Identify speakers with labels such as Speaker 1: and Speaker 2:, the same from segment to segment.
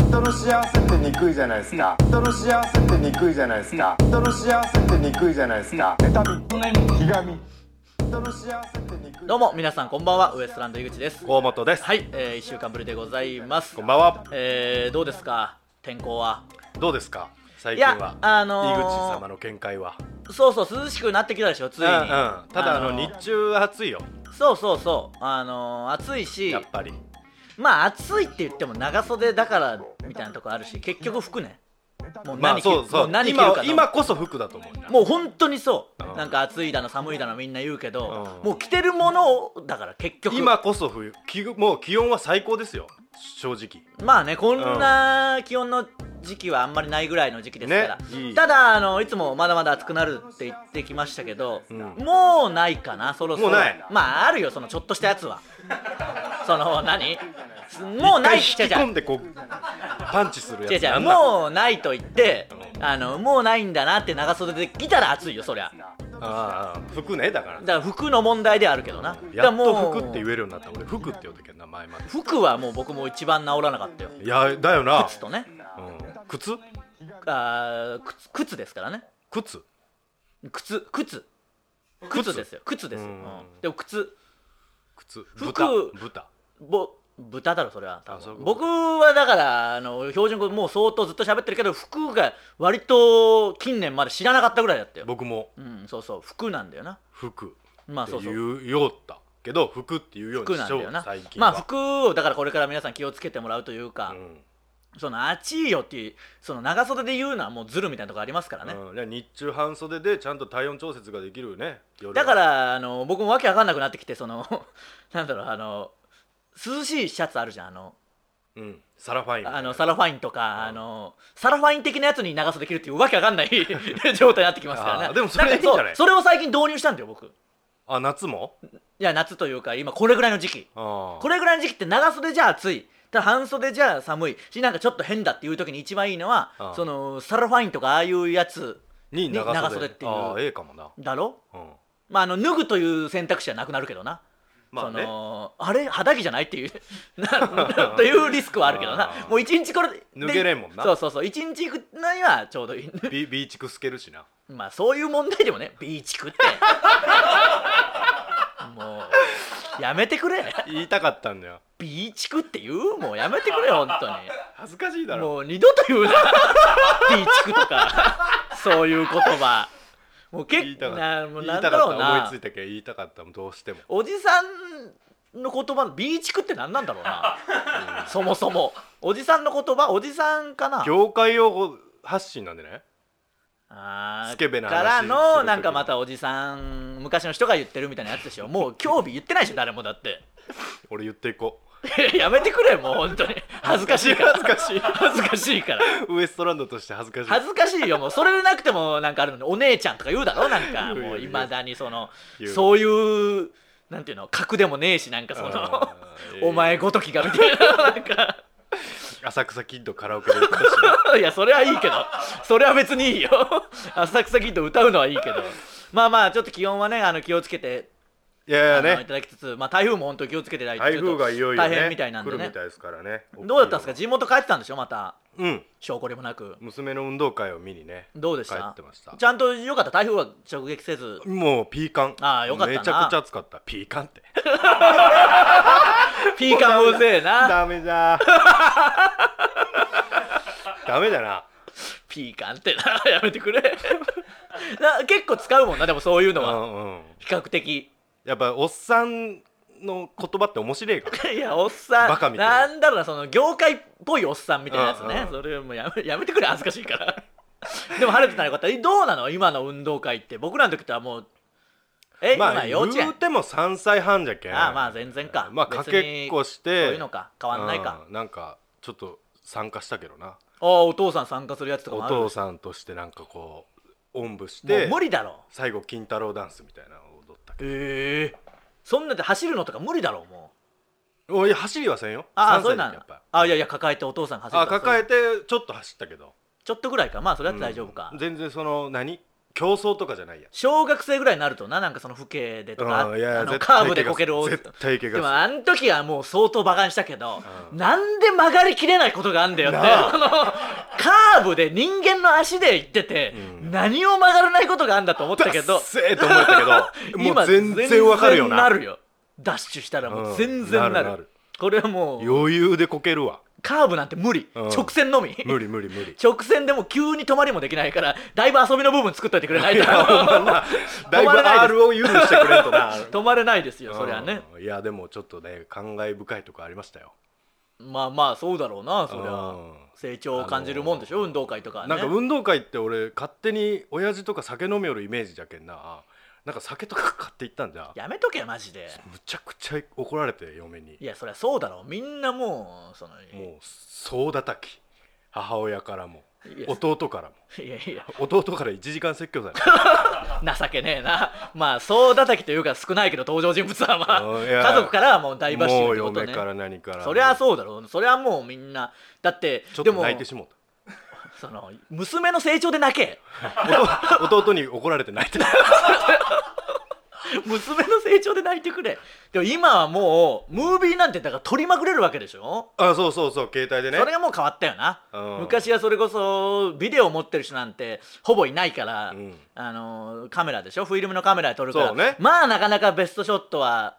Speaker 1: 人の幸せってにくいじゃないですか人の幸せってにくいじゃないですか人の幸せってにくいじゃないですか妬みひがみ人の幸せってにくい
Speaker 2: どうも皆さんこんばんはウエストランド井口です
Speaker 3: 大本です、
Speaker 2: はい、え1週間ぶりでございます
Speaker 3: こんばんは
Speaker 2: えー、どうですか天候は
Speaker 3: どうですか最
Speaker 2: い
Speaker 3: 近
Speaker 2: や
Speaker 3: は、
Speaker 2: あのー
Speaker 3: 井口様の見解は
Speaker 2: そうそう涼しくなってきたでしょついに、
Speaker 3: うんうん、ただあの、
Speaker 2: あのー
Speaker 3: 日中は暑いよ
Speaker 2: そうそうそうあのー暑いし
Speaker 3: やっぱり
Speaker 2: まあ暑いって言っても長袖だからみたいなとこあるし結局服ねもう
Speaker 3: ま
Speaker 2: 何
Speaker 3: あ
Speaker 2: 着る,、
Speaker 3: そうそう
Speaker 2: 何着る
Speaker 3: 今
Speaker 2: かと
Speaker 3: 今こそ服だと思うな
Speaker 2: もう本当にそう、
Speaker 3: うん
Speaker 2: なんか暑いだの寒いだのみんな言うけど、
Speaker 3: うん
Speaker 2: もう着てるものをだから結局
Speaker 3: 今こそ冬気もう気温は最高ですよ正直
Speaker 2: まあねこんな気温の時期はあんまりないぐらいの時期ですから、
Speaker 3: ねいい
Speaker 2: ただあのいつもまだまだ暑くなるって言ってきましたけど、
Speaker 3: うん
Speaker 2: もうないかなそろそろ
Speaker 3: もうない
Speaker 2: まああるよそのちょっとしたやつ はその何もうない
Speaker 3: 一回引き込んでこうパンチする
Speaker 2: 違う
Speaker 3: やつ
Speaker 2: 違う
Speaker 3: なんなん
Speaker 2: もうないと言ってあのもうないんだなって長袖で来たら暑いよそりゃ
Speaker 3: ああ服ねだから
Speaker 2: だから服の問題ではあるけどな
Speaker 3: やっと服
Speaker 2: だからもう
Speaker 3: って言えるようになった俺服って言うときは名前まで
Speaker 2: 服はもう僕も一番治らなかったよ
Speaker 3: いやだよな
Speaker 2: 靴とね
Speaker 3: うん靴
Speaker 2: あー靴靴ですからね
Speaker 3: 靴
Speaker 2: 靴靴靴ですよ靴ですよ、
Speaker 3: う
Speaker 2: うんんでも靴
Speaker 3: 靴
Speaker 2: 服
Speaker 3: 豚豚
Speaker 2: ぼ豚だろそれは多
Speaker 3: あそういう
Speaker 2: 分
Speaker 3: こ
Speaker 2: 僕はだからあの標準語もう相当ずっと喋ってるけど服が割と近年まで知らなかったぐらいだったよ
Speaker 3: 僕も
Speaker 2: うんそうそう服なんだよな
Speaker 3: 服
Speaker 2: まあ
Speaker 3: って
Speaker 2: そうそう
Speaker 3: 言うようったけど服っていうよう
Speaker 2: 服
Speaker 3: に
Speaker 2: なん
Speaker 3: し
Speaker 2: だ
Speaker 3: よ
Speaker 2: よ
Speaker 3: う
Speaker 2: な
Speaker 3: 最近
Speaker 2: ま
Speaker 3: は
Speaker 2: あ服をだからこれから皆さん気をつけてもらうというか、その暑いよっていうその長袖で言うのはもうズルみたいなとこありますからね、
Speaker 3: うんうんで日中半袖でちゃんと体温調節ができるね夜は
Speaker 2: だからあの僕もわけわかんなくなってきてその なんだろうあの涼しいシャツあるじゃんあの
Speaker 3: うんサラファイン
Speaker 2: あのサラファインとかあのサラファイン的なやつに長袖着るっていうわけわかんない 状態になってきますから
Speaker 3: あ
Speaker 2: ね
Speaker 3: ーでもそれ
Speaker 2: んか
Speaker 3: いいんじゃない
Speaker 2: そうそれを最近導入したんだよ僕い
Speaker 3: あ夏も
Speaker 2: や夏というか今これぐらいの時期
Speaker 3: あ
Speaker 2: これぐらいの時期って長袖じゃ暑いただ半袖じゃ寒いしなんかちょっと変だっていう時に一番いいのは
Speaker 3: ああ
Speaker 2: そのサラファインとかああいうやつ
Speaker 3: に長袖
Speaker 2: 長袖っていう
Speaker 3: ああええかもな
Speaker 2: だろ
Speaker 3: うん
Speaker 2: まああの脱ぐという選択肢はなくなるけどな
Speaker 3: まあ
Speaker 2: そ
Speaker 3: ね
Speaker 2: のあれ肌着じゃないっていう なというリスクはあるけどな
Speaker 3: あー
Speaker 2: もう一日これで
Speaker 3: 脱げれんもんな
Speaker 2: そうそうそう一日行くのにはちょうどいい
Speaker 3: ビビーチク透けるしな
Speaker 2: まあそういう問題でもねビーチ 食ってもうやめてくれ
Speaker 3: 言いたかったんだよ
Speaker 2: ビーチ食って言うもうやめてくれ本当
Speaker 3: 恥ずかしいだ
Speaker 2: に
Speaker 3: ろ
Speaker 2: もう二度と言うな ビーチ食とかそういう言葉もう
Speaker 3: 言い
Speaker 2: 結
Speaker 3: た
Speaker 2: 構
Speaker 3: か
Speaker 2: な
Speaker 3: った
Speaker 2: も
Speaker 3: 言
Speaker 2: う
Speaker 3: い
Speaker 2: なんだ
Speaker 3: たか
Speaker 2: ろう
Speaker 3: った思い
Speaker 2: な
Speaker 3: ついたけど言いたかったもんどうしても
Speaker 2: おじさんの言葉のビーチクって何なんだろうな そもそもおじさんの言葉おじさんかな
Speaker 3: 業界用語発信なんでね
Speaker 2: あー
Speaker 3: スケベな話
Speaker 2: からのなんか
Speaker 3: する時に
Speaker 2: またおじさん昔の人が言ってるみたいなやつでしょもう興味言ってないでしょ誰もだって
Speaker 3: 俺言っていこう
Speaker 2: やめてくれもう本当に恥ずかしいから
Speaker 3: 恥ずかしい
Speaker 2: 恥ずかしいから
Speaker 3: ウエストランドとして恥ずかしい
Speaker 2: 恥ずかしいよもうそれでなくてもなんかあるのにお姉ちゃんとか言うだろなんか
Speaker 3: 言う
Speaker 2: もうい
Speaker 3: 言う
Speaker 2: まだにその
Speaker 3: 言う
Speaker 2: そういうなんていうの格でもねえしなんかその
Speaker 3: あ ー
Speaker 2: お前ごときがみたいななんか
Speaker 3: 浅草キッドカラオケで歌ったし
Speaker 2: いやそれはいいけどそれは別にいいよ浅草キッド歌うのはいいけどまあまあちょっと気温はねあの気をつけて、
Speaker 3: いや
Speaker 2: あ
Speaker 3: い
Speaker 2: の
Speaker 3: や
Speaker 2: い
Speaker 3: ね
Speaker 2: ただきつつまあ台風も本当に気をつけてないと
Speaker 3: 台風がいよいよね
Speaker 2: 大変みたいなんで
Speaker 3: 来る
Speaker 2: ね
Speaker 3: みたいですからね
Speaker 2: どうだったんですか地元帰ってたんでしょまた
Speaker 3: うん
Speaker 2: 証拠りもなく
Speaker 3: 娘の運動会を見にね
Speaker 2: どうでした
Speaker 3: 帰ってました
Speaker 2: ちゃんとよかった台風は直撃せず
Speaker 3: もうピーカン
Speaker 2: あーよかったな
Speaker 3: めちゃくちゃ暑かったピーカ ンって
Speaker 2: ピーカンもうぜえな
Speaker 3: ダメ じゃダメだな
Speaker 2: ピーカンってな やめてくれな結構使うもんなでもそういうの
Speaker 3: う
Speaker 2: は
Speaker 3: んうん
Speaker 2: 比較的
Speaker 3: やっぱおっさんの言葉って面白いから
Speaker 2: いやおっさん
Speaker 3: バカみた
Speaker 2: な
Speaker 3: いなん
Speaker 2: だろうなその業界っぽいおっさんみたいなやつね、
Speaker 3: うん
Speaker 2: そ
Speaker 3: う
Speaker 2: れもやめやめてくれ恥ずかしいから でも晴れてたらよかったえどうなの今の運動会って僕らの時とはもうえ、
Speaker 3: ま
Speaker 2: 今
Speaker 3: あ
Speaker 2: 幼稚
Speaker 3: 言
Speaker 2: 園
Speaker 3: うても3歳半じゃけん
Speaker 2: ああまあ全然か
Speaker 3: まあかけっこ
Speaker 2: 別に
Speaker 3: して
Speaker 2: そういうのか変わんないか、
Speaker 3: うんなんかちょっと参加したけどな
Speaker 2: ああお父さん参加するやつとか
Speaker 3: お
Speaker 2: もあるも
Speaker 3: 父さんとしてなんかこうおんぶし
Speaker 2: う
Speaker 3: て
Speaker 2: 無理だろ
Speaker 3: 最後金太郎ダンスみたいなのを踊ったけ
Speaker 2: ええそんなで走るのとか無理だろうもう
Speaker 3: どおい走りはせんよ
Speaker 2: ああ
Speaker 3: 3歳
Speaker 2: そういう
Speaker 3: の
Speaker 2: な
Speaker 3: 時
Speaker 2: ん
Speaker 3: やっぱ
Speaker 2: あいやいや抱えてお父さんが走る
Speaker 3: あ抱え
Speaker 2: て
Speaker 3: てちょっと走ったけど
Speaker 2: ちょっとぐらいかまあそれは大丈夫か、
Speaker 3: うん全然その何競争とかじゃないや
Speaker 2: 小学生ぐらいになるとななんかその父兄でとか、
Speaker 3: うんいやいや
Speaker 2: あの
Speaker 3: 絶対
Speaker 2: カーブでこける
Speaker 3: 怪我する
Speaker 2: 大
Speaker 3: 絶対怪我する
Speaker 2: でもあの時はもう相当馬鹿にしたけど、なんで曲がりきれない ことがあんだよってあのカーブで人間の足で行ってて、何を曲がらないことがあんだと思ったけ
Speaker 3: ダ
Speaker 2: ど
Speaker 3: ッセーと思ったけ どもう全然わかるよな
Speaker 2: なるよダッシュしたらもう全然なる,、
Speaker 3: うんなるなる
Speaker 2: これはもう
Speaker 3: 余裕でこけるわ
Speaker 2: カーブなんて無理、
Speaker 3: うん
Speaker 2: 直線のみ
Speaker 3: 無理無理無理
Speaker 2: 直線でも急に止まりもできないからだいぶ遊びの部分作っといてくれないと
Speaker 3: いやほんまな だいぶ
Speaker 2: 止まれないです
Speaker 3: R を許してくれんとな
Speaker 2: 止まれないです よそりゃね
Speaker 3: うんいやでもちょっとね感慨深いとこありましたよ
Speaker 2: まあまあそうだろうなそりゃ
Speaker 3: うん
Speaker 2: 成長を感じるもんでしょ、運動会とかね
Speaker 3: なんか運動会って俺勝手に親父とか酒飲みよるイメージじゃけんななんか酒とか買っていったんじゃ
Speaker 2: やめとけマジで
Speaker 3: むちゃくちゃ怒られて嫁に
Speaker 2: いやそりゃそうだろうみんなもうその
Speaker 3: もう総叩き母親からも
Speaker 2: いや
Speaker 3: 弟からも
Speaker 2: いやいや
Speaker 3: 弟から1時間説教された
Speaker 2: 情けねえなまあ総叩きというか少ないけど登場人物はま
Speaker 3: うんい
Speaker 2: あ
Speaker 3: や
Speaker 2: 家族からはもう大バッシン
Speaker 3: も
Speaker 2: グっ
Speaker 3: う
Speaker 2: てこと
Speaker 3: 嫁
Speaker 2: ね
Speaker 3: から何から
Speaker 2: そりゃそうだろうそれはもうみんなだって
Speaker 3: ちょっ
Speaker 2: で
Speaker 3: と
Speaker 2: も
Speaker 3: 泣いてしもう
Speaker 2: そ
Speaker 3: た
Speaker 2: の娘の成長で泣け
Speaker 3: 弟 弟に怒られて泣いて
Speaker 2: 娘の成長で泣いてくれでも今はもうムービーなんてだから撮りまくれるわけでしょ
Speaker 3: あそうそうそう携帯でね
Speaker 2: それがもう変わったよな、
Speaker 3: うん
Speaker 2: 昔はそれこそビデオ持ってる人なんてほぼいないから、
Speaker 3: うん
Speaker 2: あのーカメラでしょフィルムのカメラで撮るから、
Speaker 3: そうね
Speaker 2: まあなかなかベストショットは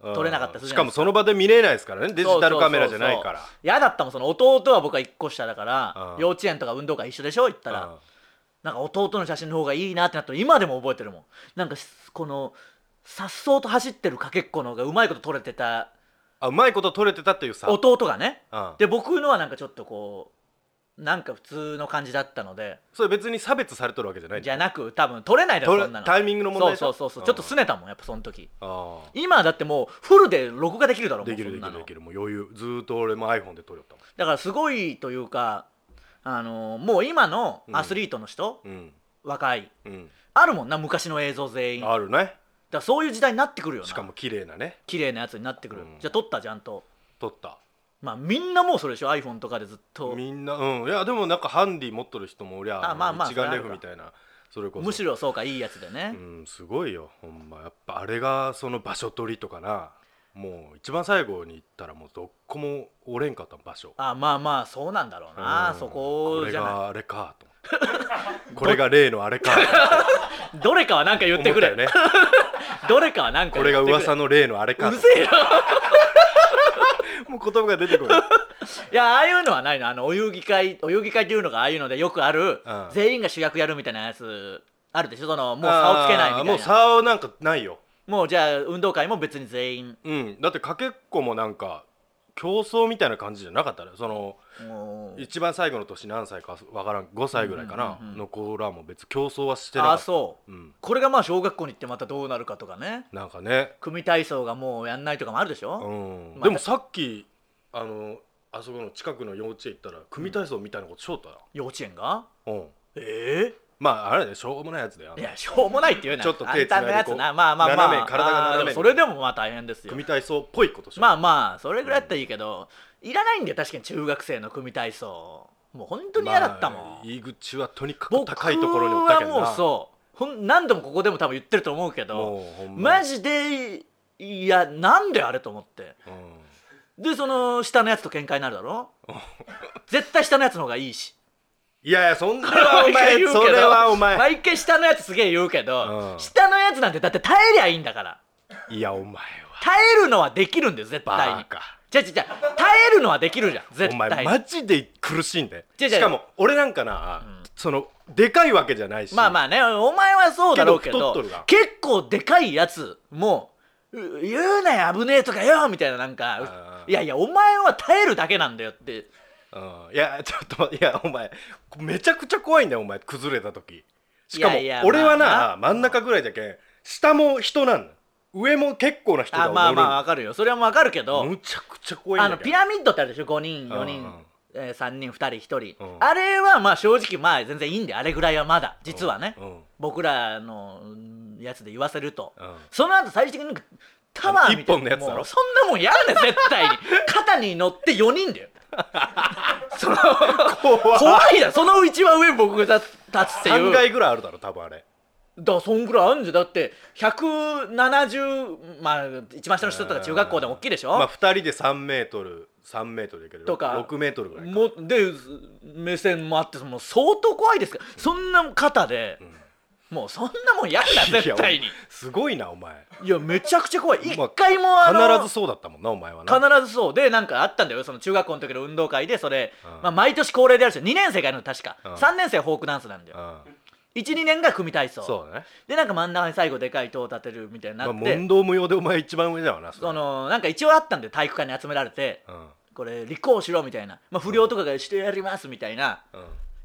Speaker 3: うん
Speaker 2: 撮れなかったりするじゃないですか
Speaker 3: しかもその場で見れないですからねデジタルカメラじゃないか
Speaker 2: そうそうそ
Speaker 3: ら
Speaker 2: うそう嫌だったもんその弟は僕は1個下だから、
Speaker 3: うん
Speaker 2: 幼稚園とか運動会一緒でしょ行ったら、
Speaker 3: うん
Speaker 2: なんか弟の写真の方がいいなってなったの今でも覚えてるもんなんかこの颯爽と走ってるかけっこの方がうまいこと撮れてた
Speaker 3: あうまいこと撮れてたっていうさ
Speaker 2: 弟がね
Speaker 3: うん
Speaker 2: で僕のはなんかちょっとこうなんか普通の感じだったので
Speaker 3: それ別に差別されとるわけじゃない
Speaker 2: じゃなく多分取れないだろ
Speaker 3: 撮れ
Speaker 2: そんなの
Speaker 3: タイミングの問題でし
Speaker 2: そ
Speaker 3: ょ
Speaker 2: うそうそうそうちょっとすねたもんやっぱその時
Speaker 3: ああ
Speaker 2: 今だってもうフルで録画できるだろもう
Speaker 3: でき
Speaker 2: そ
Speaker 3: るで
Speaker 2: ん
Speaker 3: き
Speaker 2: な
Speaker 3: る
Speaker 2: の
Speaker 3: できるもう余裕ずーっと俺も iPhone で撮りよったも
Speaker 2: だからすごいというかあのもう今のアスリートの人、
Speaker 3: ん
Speaker 2: 若い
Speaker 3: うん
Speaker 2: あるもんな昔の映像全員
Speaker 3: うん
Speaker 2: だか
Speaker 3: あるね
Speaker 2: らそういう時代になってくるよな
Speaker 3: しかも綺麗なね
Speaker 2: 綺麗なやつになってくる、
Speaker 3: うん
Speaker 2: じゃあ撮ったじゃんと
Speaker 3: 撮った
Speaker 2: まあみんなもうそれでしょ iPhone とかでずっと
Speaker 3: みんなうんいやでもなんかハンディ持っとる人もおりゃ
Speaker 2: あまあまあ
Speaker 3: 一眼レ
Speaker 2: そ
Speaker 3: フ
Speaker 2: れある
Speaker 3: みたいなそれこそ
Speaker 2: むしろそうかいいやつで
Speaker 3: う
Speaker 2: ね、
Speaker 3: んすごいよほんまやっぱあれがその場所取りとかなもう一番最後に行ったらもうどっこも折れんかった場所
Speaker 2: あまあまあそうなんだろうな、
Speaker 3: うん
Speaker 2: そこじゃない
Speaker 3: これがあれかと思ってこれが例のあれかと
Speaker 2: どれかはなんか言ってくれ、
Speaker 3: 思ったよね
Speaker 2: どれかは なんか
Speaker 3: これが
Speaker 2: 言ってく
Speaker 3: 噂の例のあれか
Speaker 2: う
Speaker 3: と
Speaker 2: るせえよ
Speaker 3: もう言葉が出てこ ない
Speaker 2: いやああいうのはないのあのお遊戯会お遊戯会っていうのがああいうのでよくある、
Speaker 3: うん
Speaker 2: 全員が主役やるみたいなやつあるでしょそのもう差をつけないみたいな
Speaker 3: あーもう差をなんかないよ
Speaker 2: もうじゃあ運動会も別に全員
Speaker 3: うんだってかけっこもなんか競争みたいな感じじゃなかったねその
Speaker 2: もう
Speaker 3: 一番最後の年何歳かわからん5歳ぐらいかな、
Speaker 2: うんうんうん
Speaker 3: の子らも別に競争はしてなか
Speaker 2: あ
Speaker 3: っ
Speaker 2: あ
Speaker 3: た
Speaker 2: そう
Speaker 3: うん
Speaker 2: これがまあ小学校に行ってまたどうなるかとかね
Speaker 3: なんかね
Speaker 2: 組体操がもうやんないとかもあるでしょ、
Speaker 3: うん、
Speaker 2: まあ
Speaker 3: でもさっきあのあそこの近くの幼稚園行ったら組体操みたいなことしよったな
Speaker 2: 幼稚園が
Speaker 3: うん、
Speaker 2: え
Speaker 3: まああれねしょうもないやつだよ
Speaker 2: えいやしょうもないっていうな
Speaker 3: ちょっと手
Speaker 2: 簡単なやつない
Speaker 3: つなでこう
Speaker 2: まあまあまあ
Speaker 3: 斜め体が斜
Speaker 2: あ
Speaker 3: め
Speaker 2: ーでもそれでもまあ大変ですよ
Speaker 3: 組体操っぽいことしよう
Speaker 2: まあまあそれぐらいだったらいいけど、いらないんだよ確かに中学生の組体操もう本当に嫌だったもん、
Speaker 3: まあ入り口はとにかく
Speaker 2: 僕
Speaker 3: 高いところにおったけどな
Speaker 2: はもうそうほん何度もここでも多分言ってると思うけど
Speaker 3: もうほんま
Speaker 2: マジでいやなんであれと思って
Speaker 3: うん
Speaker 2: でその下のやつと喧嘩になるだ ろ絶対下のやつの方がいいし
Speaker 3: いやいやそんなは お前
Speaker 2: 言うけど
Speaker 3: それはお前
Speaker 2: 毎回下のやつすげえ言うけど、
Speaker 3: うん
Speaker 2: 下のやつなんてだって耐えりゃいいんだから
Speaker 3: いやお前は
Speaker 2: 耐えるのはできるんです絶対に
Speaker 3: バカ
Speaker 2: じゃじゃじゃ耐えるのはできるじゃん絶対
Speaker 3: お
Speaker 2: に
Speaker 3: 前マジで苦しいんだよ
Speaker 2: 違う違う
Speaker 3: しかも俺なんかな、そのでかいわけじゃないし
Speaker 2: まあまあねお前はそうだろうけど
Speaker 3: けど太っとるが
Speaker 2: 結構でかいやつもうう言うなよ危ねえとかよみたいななんか
Speaker 3: あー
Speaker 2: いやいやお前は耐えるだけなんだよって
Speaker 3: うんいや ちょっと待っていやお前めちゃくちゃ怖いんだよお前崩れた時しかも
Speaker 2: いやいやまあ
Speaker 3: 俺はな
Speaker 2: まあ
Speaker 3: 真ん中ぐらいじゃけん下も人なんだ上も結構な人が
Speaker 2: あ
Speaker 3: おる
Speaker 2: まあまあわかるよそれはわかるけど
Speaker 3: むちゃくちゃ怖いん
Speaker 2: あ
Speaker 3: だ
Speaker 2: の
Speaker 3: け
Speaker 2: ピ
Speaker 3: ど
Speaker 2: ラミッドってあるでしょ5人4
Speaker 3: うんうん
Speaker 2: 人、えー3人2人1人、
Speaker 3: うん
Speaker 2: あれはまあ正直まあ全然いいんであれぐらいはまだ実はね、
Speaker 3: うんうん
Speaker 2: 僕らのうんやつで言わせると、
Speaker 3: うん
Speaker 2: その後最終的になんかタワーみたいな
Speaker 3: 一本のやつだろ
Speaker 2: もうそんなもんやるね絶対 に肩に乗って4人だよその
Speaker 3: 怖い
Speaker 2: 怖いだろそのうちは上に僕が立つってい
Speaker 3: 3
Speaker 2: う
Speaker 3: 階ぐらいあるだろ多分あれ
Speaker 2: だそんぐらいあるんじゃんだって170まあ一番下の人とか中学校でも大きいでしょ、
Speaker 3: まあ2人で3メートル3メートルいける
Speaker 2: とか
Speaker 3: 6メートルぐらいか
Speaker 2: もで目線もあってもう相当怖いですからそんな肩で、もうそんなもん嫌だ
Speaker 3: いや
Speaker 2: 絶対に
Speaker 3: すごいなお前
Speaker 2: いやめちゃくちゃ怖い一
Speaker 3: まあ
Speaker 2: 回もあの
Speaker 3: 必ずそうだったもんなお前はな
Speaker 2: 必ずそうでなんかあったんだよその中学校の時の運動会でそれ、
Speaker 3: うん
Speaker 2: まあ、毎年恒例であるし2年生がやるの確か、
Speaker 3: うん
Speaker 2: 3年生フォークダンスなんだよ
Speaker 3: うん
Speaker 2: 12年が組体操
Speaker 3: そうだね
Speaker 2: でなんか真ん中に最後でかい塔を立てるみたいに
Speaker 3: ま
Speaker 2: な
Speaker 3: あ
Speaker 2: って、
Speaker 3: 問答無用でお前一番上だよな
Speaker 2: そ
Speaker 3: れ
Speaker 2: のなんか一応あったんで体育館に集められて
Speaker 3: うん
Speaker 2: これ立候補しろみたいな、まあ、不良とかがしてやりますみたいな
Speaker 3: うん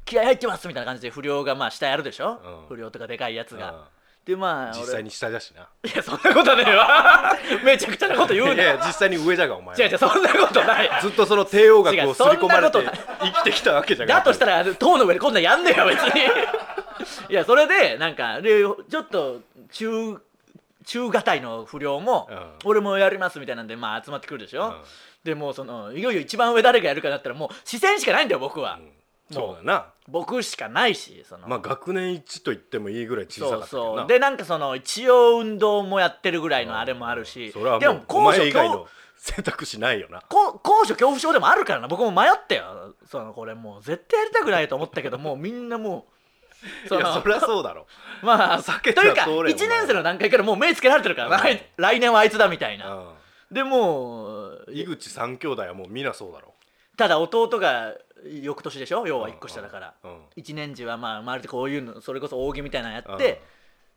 Speaker 2: 気合入ってますみたいな感じで不良がまあ下やるでしょ、
Speaker 3: うん
Speaker 2: 不良とかでかいやつ
Speaker 3: うん
Speaker 2: が、でまあ俺
Speaker 3: 実際に下だしない
Speaker 2: やそんなことねえわ めちゃくちゃなこと言う
Speaker 3: い
Speaker 2: ね
Speaker 3: やいや実際に上だがお前
Speaker 2: 違う違うそんなことない
Speaker 3: ずっとその帝王学
Speaker 2: 違
Speaker 3: を
Speaker 2: う
Speaker 3: すり込まれ
Speaker 2: そ
Speaker 3: て
Speaker 2: んなこ
Speaker 3: 生きてきたわけじゃん
Speaker 2: だとしたら塔の上でこんなんやんねえよ別 にいやそれでなんかでちょっと中中がたいの不良も、
Speaker 3: うん
Speaker 2: 俺もやりますみたいなんでまあ集まってくるでしょ、
Speaker 3: うん
Speaker 2: でもうそのいよいよ一番上誰がやるかだったらもう視線しかないんだよ僕は、
Speaker 3: そうだな
Speaker 2: 僕しかないしその、
Speaker 3: まあ学年1と言ってもいいぐらい小
Speaker 2: そ
Speaker 3: さか
Speaker 2: う
Speaker 3: ったけど
Speaker 2: そ
Speaker 3: な
Speaker 2: うでなんかその一応運動もやってるぐらい
Speaker 3: うん
Speaker 2: のあれもあるし、
Speaker 3: それは
Speaker 2: で
Speaker 3: も
Speaker 2: も
Speaker 3: うお
Speaker 2: 高所
Speaker 3: 前以外
Speaker 2: 恐
Speaker 3: の選択肢ないよな
Speaker 2: こ高所恐怖症でもあるからな僕も迷ったよそのこれもう絶対やりたくないと思ったけどもうみんなもう
Speaker 3: い
Speaker 2: の
Speaker 3: やそりゃそうだろ
Speaker 2: まあ
Speaker 3: 避けた
Speaker 2: というか
Speaker 3: 通れよ
Speaker 2: 1
Speaker 3: お前
Speaker 2: 年生の段階からもう目つけられてるからな、
Speaker 3: うん
Speaker 2: 来年はあいつだみたいな、
Speaker 3: うん
Speaker 2: でもう
Speaker 3: 井口三兄弟はもう皆そうだろ
Speaker 2: ただ弟が翌年でしょ要は1個下だから、
Speaker 3: うんうん
Speaker 2: 一1年次はまあ生まれてこういうのそれこそ扇みたいなのやっ
Speaker 3: うん
Speaker 2: て、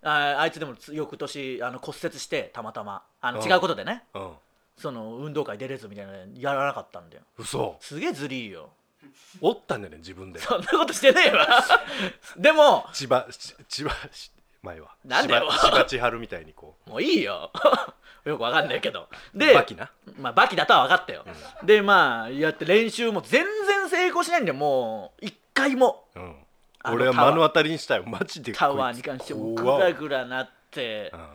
Speaker 2: ああいつでもつ翌年あの骨折してたまたまあの
Speaker 3: うん
Speaker 2: 違うことでね、
Speaker 3: うん
Speaker 2: その運動会出れずみたいなのやらなかったんだよ
Speaker 3: 嘘
Speaker 2: すげえずりーよ
Speaker 3: おったんだよね自分で
Speaker 2: そんなことしてねえわ でも
Speaker 3: 千葉し千葉し前は
Speaker 2: なんだよ
Speaker 3: 千葉千葉千春みたいにこ
Speaker 2: もういいよ よくわかんないけど
Speaker 3: う
Speaker 2: で
Speaker 3: バキな
Speaker 2: まあ、バキだとは分かったよ、でまあやって練習も全然成功しないんでもう一回も
Speaker 3: うん
Speaker 2: あの
Speaker 3: 俺は目の当たりにしたよマジで
Speaker 2: タワーに関してもグ
Speaker 3: 怖っ
Speaker 2: ラグラなって
Speaker 3: うん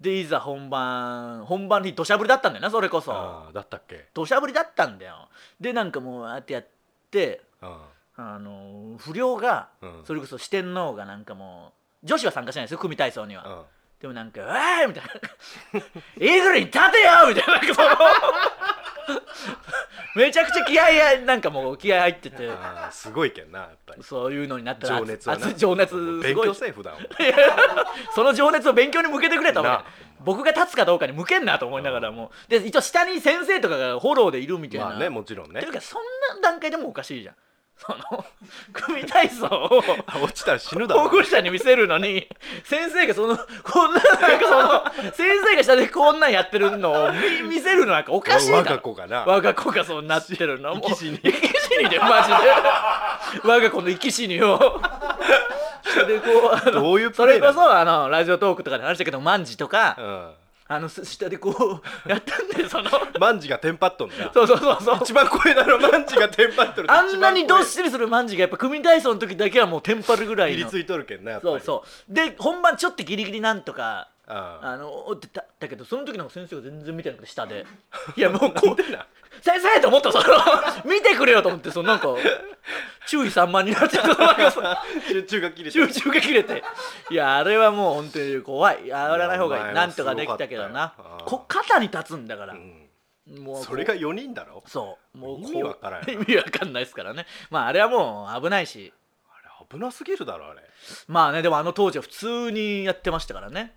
Speaker 2: でいざ本番本番に土砂降りだったんだよなそれこそ
Speaker 3: あーだったっけ
Speaker 2: 土砂降りだったんだよでなんかもうああやってやって
Speaker 3: うん
Speaker 2: あの不良が、
Speaker 3: うん
Speaker 2: それこそ四天王がなんかもう女子は参加しないんですよ組体操には、
Speaker 3: うん
Speaker 2: でもなんか「うわーい!」みたいな 「イーグルに立てよ!」みたいななんかその めちゃくちゃ気合いやなんかもう気合入ってて
Speaker 3: あーすごいけんなやっぱり
Speaker 2: そういうのになったら
Speaker 3: 情熱はな
Speaker 2: 熱情熱す
Speaker 3: 勉
Speaker 2: ごい
Speaker 3: 強せえ普段 は
Speaker 2: その情熱を勉強に向けてくれと思って
Speaker 3: な
Speaker 2: 僕が立つかどうかに向けんなと思いながらもうで一応下に先生とかがフォローでいるみたいな、
Speaker 3: まあねもちろん
Speaker 2: と
Speaker 3: ね
Speaker 2: いうかそんな段階でもおかしいじゃんそ の組体操を
Speaker 3: あ落ちたら死ぬだろ
Speaker 2: 保護者に見せるのに先生がそのこんななんかその先生が下でこんなんやってるのを見見せるのなんかおかしいだろ
Speaker 3: わ我が子がな
Speaker 2: 我が子がそうなってるのもう
Speaker 3: 生き死に
Speaker 2: 生き死にでマジで我が子の生き死に を下でこうあの
Speaker 3: どういうプ
Speaker 2: そ
Speaker 3: レ
Speaker 2: れ
Speaker 3: イな
Speaker 2: こ
Speaker 3: の
Speaker 2: そあのラジオトークとかで話したけど万事と
Speaker 3: う
Speaker 2: か
Speaker 3: ん
Speaker 2: あのす下でこうやったんでその
Speaker 3: 万事がテンパっとんだ
Speaker 2: そうそうそうそう
Speaker 3: 一番声だろ万事がテンパっとるって
Speaker 2: あんなにどっ
Speaker 3: 一
Speaker 2: しりする万事がやっぱ組体操の時だけはもうテンパるぐら
Speaker 3: 番声
Speaker 2: い
Speaker 3: ピリ
Speaker 2: の
Speaker 3: ついとるけんなやっぱり
Speaker 2: そうそうで本番ちょっとギリギリなんとか
Speaker 3: うん
Speaker 2: あのおってただけどその時なんか先生が全然見てなくて下 でいやもうこう
Speaker 3: な
Speaker 2: 先生と思ったその 見てくれよと思ってそのなんか注意散漫になってそのなんかその
Speaker 3: 集中が切れて
Speaker 2: 集中が切れていやあれはもう本当に怖いやらない方
Speaker 3: い
Speaker 2: がい
Speaker 3: や
Speaker 2: いなんとかできたけど
Speaker 3: お前は
Speaker 2: な
Speaker 3: すごかったよ
Speaker 2: こ肩に立つんだから、
Speaker 3: うん
Speaker 2: もうこう
Speaker 3: それが4人だろ
Speaker 2: そうもうこう
Speaker 3: 意味わからんよ
Speaker 2: 意味わかんないですからねまああれはもう危ないし
Speaker 3: あれ危なすぎるだろあれ
Speaker 2: まあねでもあの当時は普通にやってましたからね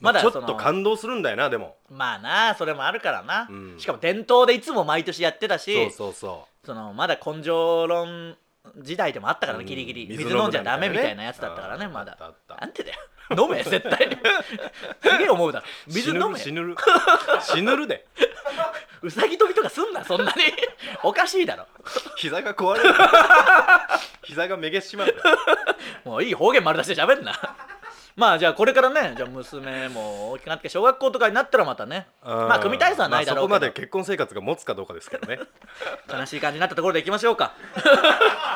Speaker 2: ま
Speaker 3: ま
Speaker 2: だ
Speaker 3: だちょっ
Speaker 2: その
Speaker 3: と感動するんだよなでも
Speaker 2: まあなそれもあるからな、
Speaker 3: うん
Speaker 2: しかも伝統でいつも毎年やってたし
Speaker 3: そうそうそ
Speaker 2: そのまだ根性論時代でもあったからね
Speaker 3: うん
Speaker 2: ギリギリ
Speaker 3: 水
Speaker 2: 水飲んじゃ
Speaker 3: 飲むな
Speaker 2: ダ
Speaker 3: みたいなね
Speaker 2: メみたいなやつだったからね
Speaker 3: うん
Speaker 2: まだ
Speaker 3: あったあった
Speaker 2: なんてだよ飲め絶対 にすげえ思うだろ
Speaker 3: う
Speaker 2: 水飲め
Speaker 3: 死ぬる死ぬる死ぬるで
Speaker 2: うさぎ跳びとかすんなそんなに おかしいだろ
Speaker 3: 膝が壊れる膝がめげしまう
Speaker 2: もういい方言丸出して喋んなまあじゃあこれからねじゃあ娘も大きくなって小学校とかになったらまたね まあ組体操はないだろう
Speaker 3: まあ
Speaker 2: け
Speaker 3: そ
Speaker 2: ど
Speaker 3: こまで結婚生活が持つかどうかですけ どね
Speaker 2: 悲しい感じになったところでいきましょうか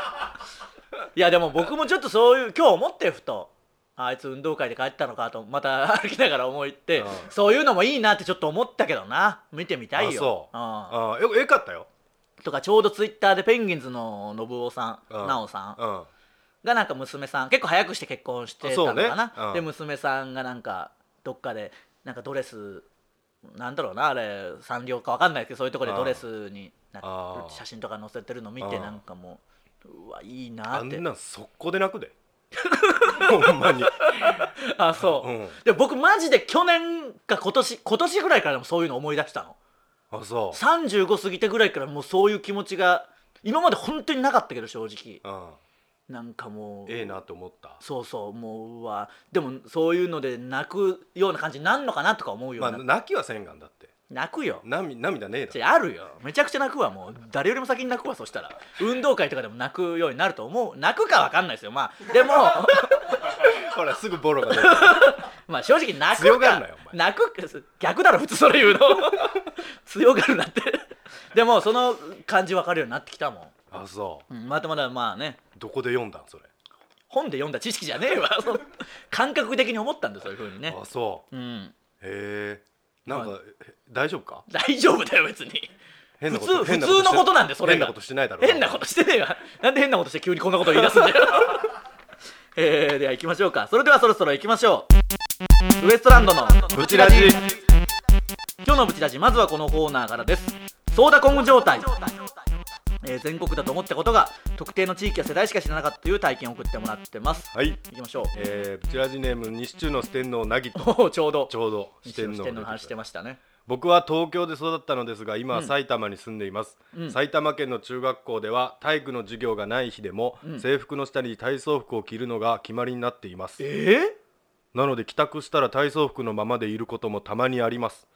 Speaker 2: いやでも僕もちょっとそういう今日思ってふとあいつ運動会で帰ったのかとまた 歩きながら思いって、
Speaker 3: うん
Speaker 2: そういうのもいいなってちょっと思ったけどな見てみたい
Speaker 3: あ
Speaker 2: よ
Speaker 3: そうああよよかったよ
Speaker 2: うんとかちょうどツイッターでペンギンズの信夫さん
Speaker 3: うん
Speaker 2: 奈緒さん
Speaker 3: うん
Speaker 2: がなんか娘さん結構早くして結婚してたのかな
Speaker 3: あ、そうねうん
Speaker 2: で娘さんがなんかどっかでなんかドレスなんだろうなあれ産業かわかんないけどそういうところでドレスになんか
Speaker 3: あー
Speaker 2: 写真とか載せてるの見て
Speaker 3: うん
Speaker 2: なんかもううわいいな
Speaker 3: あ
Speaker 2: っ
Speaker 3: ん
Speaker 2: て
Speaker 3: なん速攻で 泣くでほんまに、
Speaker 2: あそう、
Speaker 3: うん、
Speaker 2: で僕マジで去年か今年今年ぐらいからでもそういうの思い出したの
Speaker 3: あそ
Speaker 2: 35過ぎてぐらいからもうそういう気持ちが今まで本当になかったけど正直
Speaker 3: う、うん、
Speaker 2: なんかもう
Speaker 3: ええなと思った
Speaker 2: そうそうもううわでもそういうので泣くような感じになんのかなとか思うよ、
Speaker 3: まあ
Speaker 2: な
Speaker 3: 泣きはせんがんだって
Speaker 2: 泣くよ
Speaker 3: 涙涙ねえだ
Speaker 2: ちょあるよめちゃくちゃ泣くわもう誰よりも先に泣くわそしたら運動会とかでも泣くようになると思う泣くかわかんないですよまあ でも
Speaker 3: ほらすぐボロが出る
Speaker 2: まあ正直泣くか
Speaker 3: 強がるなよお
Speaker 2: 泣くか逆だろ普通それ言うの 強がるなってでもその感じわかるようになってきたも、
Speaker 3: あそうん
Speaker 2: うんまだまだまあね
Speaker 3: どこで読んだんそれ、
Speaker 2: 本で読んだ知識じゃねえわ その感覚的に思ったんだそういうふうにね
Speaker 3: あそう
Speaker 2: うん
Speaker 3: へえなんか、
Speaker 2: ま
Speaker 3: え大丈夫か
Speaker 2: 大丈夫だよ別に
Speaker 3: 変なこ
Speaker 2: 普
Speaker 3: と
Speaker 2: 通
Speaker 3: 変なこと
Speaker 2: 普通のことなんでそれが
Speaker 3: 変なことしてないだろう
Speaker 2: 変なことしてねえわなんで変なことして急にこんなこと言い出 すんだよえー、では行きましょうかそれではそろそろ行きましょうウエストランドの
Speaker 3: ブチラジ
Speaker 2: 今日のブチラジまずはこのコーナーからですソーダコング状態えー全国だと思ったことが特定の地域や世代しか知らなかったという体験を送ってもらってます
Speaker 3: はい
Speaker 2: 行きましょう
Speaker 3: えー、ブチラジネーム西中の四天王なぎと
Speaker 2: お おちょうど
Speaker 3: ちょうど四
Speaker 2: 西
Speaker 3: 天
Speaker 2: の
Speaker 3: 王
Speaker 2: 視
Speaker 3: 出て
Speaker 2: 点
Speaker 3: き
Speaker 2: の話して
Speaker 3: た
Speaker 2: ましたね
Speaker 3: 僕は東京で育ったのですが今は埼玉に住んでいます、
Speaker 2: うん
Speaker 3: 埼玉県の中学校では体育の授業がない日でも、
Speaker 2: うん
Speaker 3: 制服の下に体操服を着るのが決まりになっています
Speaker 2: え
Speaker 3: なので帰宅したら体操服のままでいることもたまにあります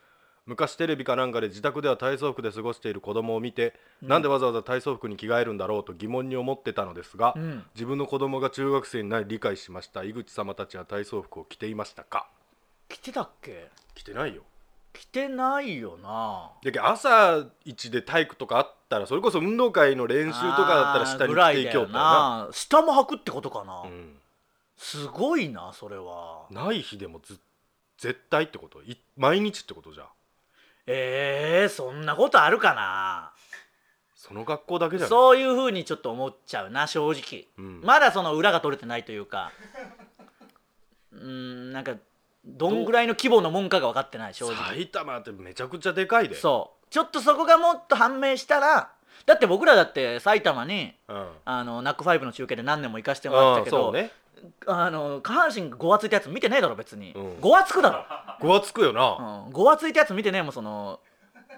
Speaker 3: 昔テレビかなんかで自宅では体操服で過ごしている子供を見て、なんでわざわざ体操服に着替えるんだろうと疑問に思ってたのですが、
Speaker 2: うん
Speaker 3: 自分の子供が中学生になり理解しました井口様たちは体操服を着ていましたか
Speaker 2: 来てたっけ
Speaker 3: 着てないよ
Speaker 2: 来てないよな
Speaker 3: だけど朝一で体育とかあったらそれこそ運動会の練習とかだったら下に着ていきよったらな
Speaker 2: あーぐらいだよな下も履くってことかな、
Speaker 3: うん
Speaker 2: すごいなそれは
Speaker 3: ない日でもず絶対ってことい毎日ってことじゃん
Speaker 2: えー、そんなことあるかな
Speaker 3: その学校だけじゃん
Speaker 2: そういうふうにちょっと思っちゃうな正直、
Speaker 3: うん
Speaker 2: まだその裏が取れてないというかうーんなんかどんぐらいの規模のもんかが分かってない正直
Speaker 3: 埼玉ってめちゃくちゃでかいで
Speaker 2: そうちょっとそこがもっと判明したらだって僕らだって埼玉に
Speaker 3: うん、あ
Speaker 2: あのナックファイブの中継で何年も行かせてもらっ
Speaker 3: あ
Speaker 2: たけど
Speaker 3: そうね
Speaker 2: あの下半身がごわついたやつ見てねえだろ別に、
Speaker 3: うん
Speaker 2: ごわつくだろ
Speaker 3: ごわつくよな、
Speaker 2: うんごわついたやつ見てねえもんその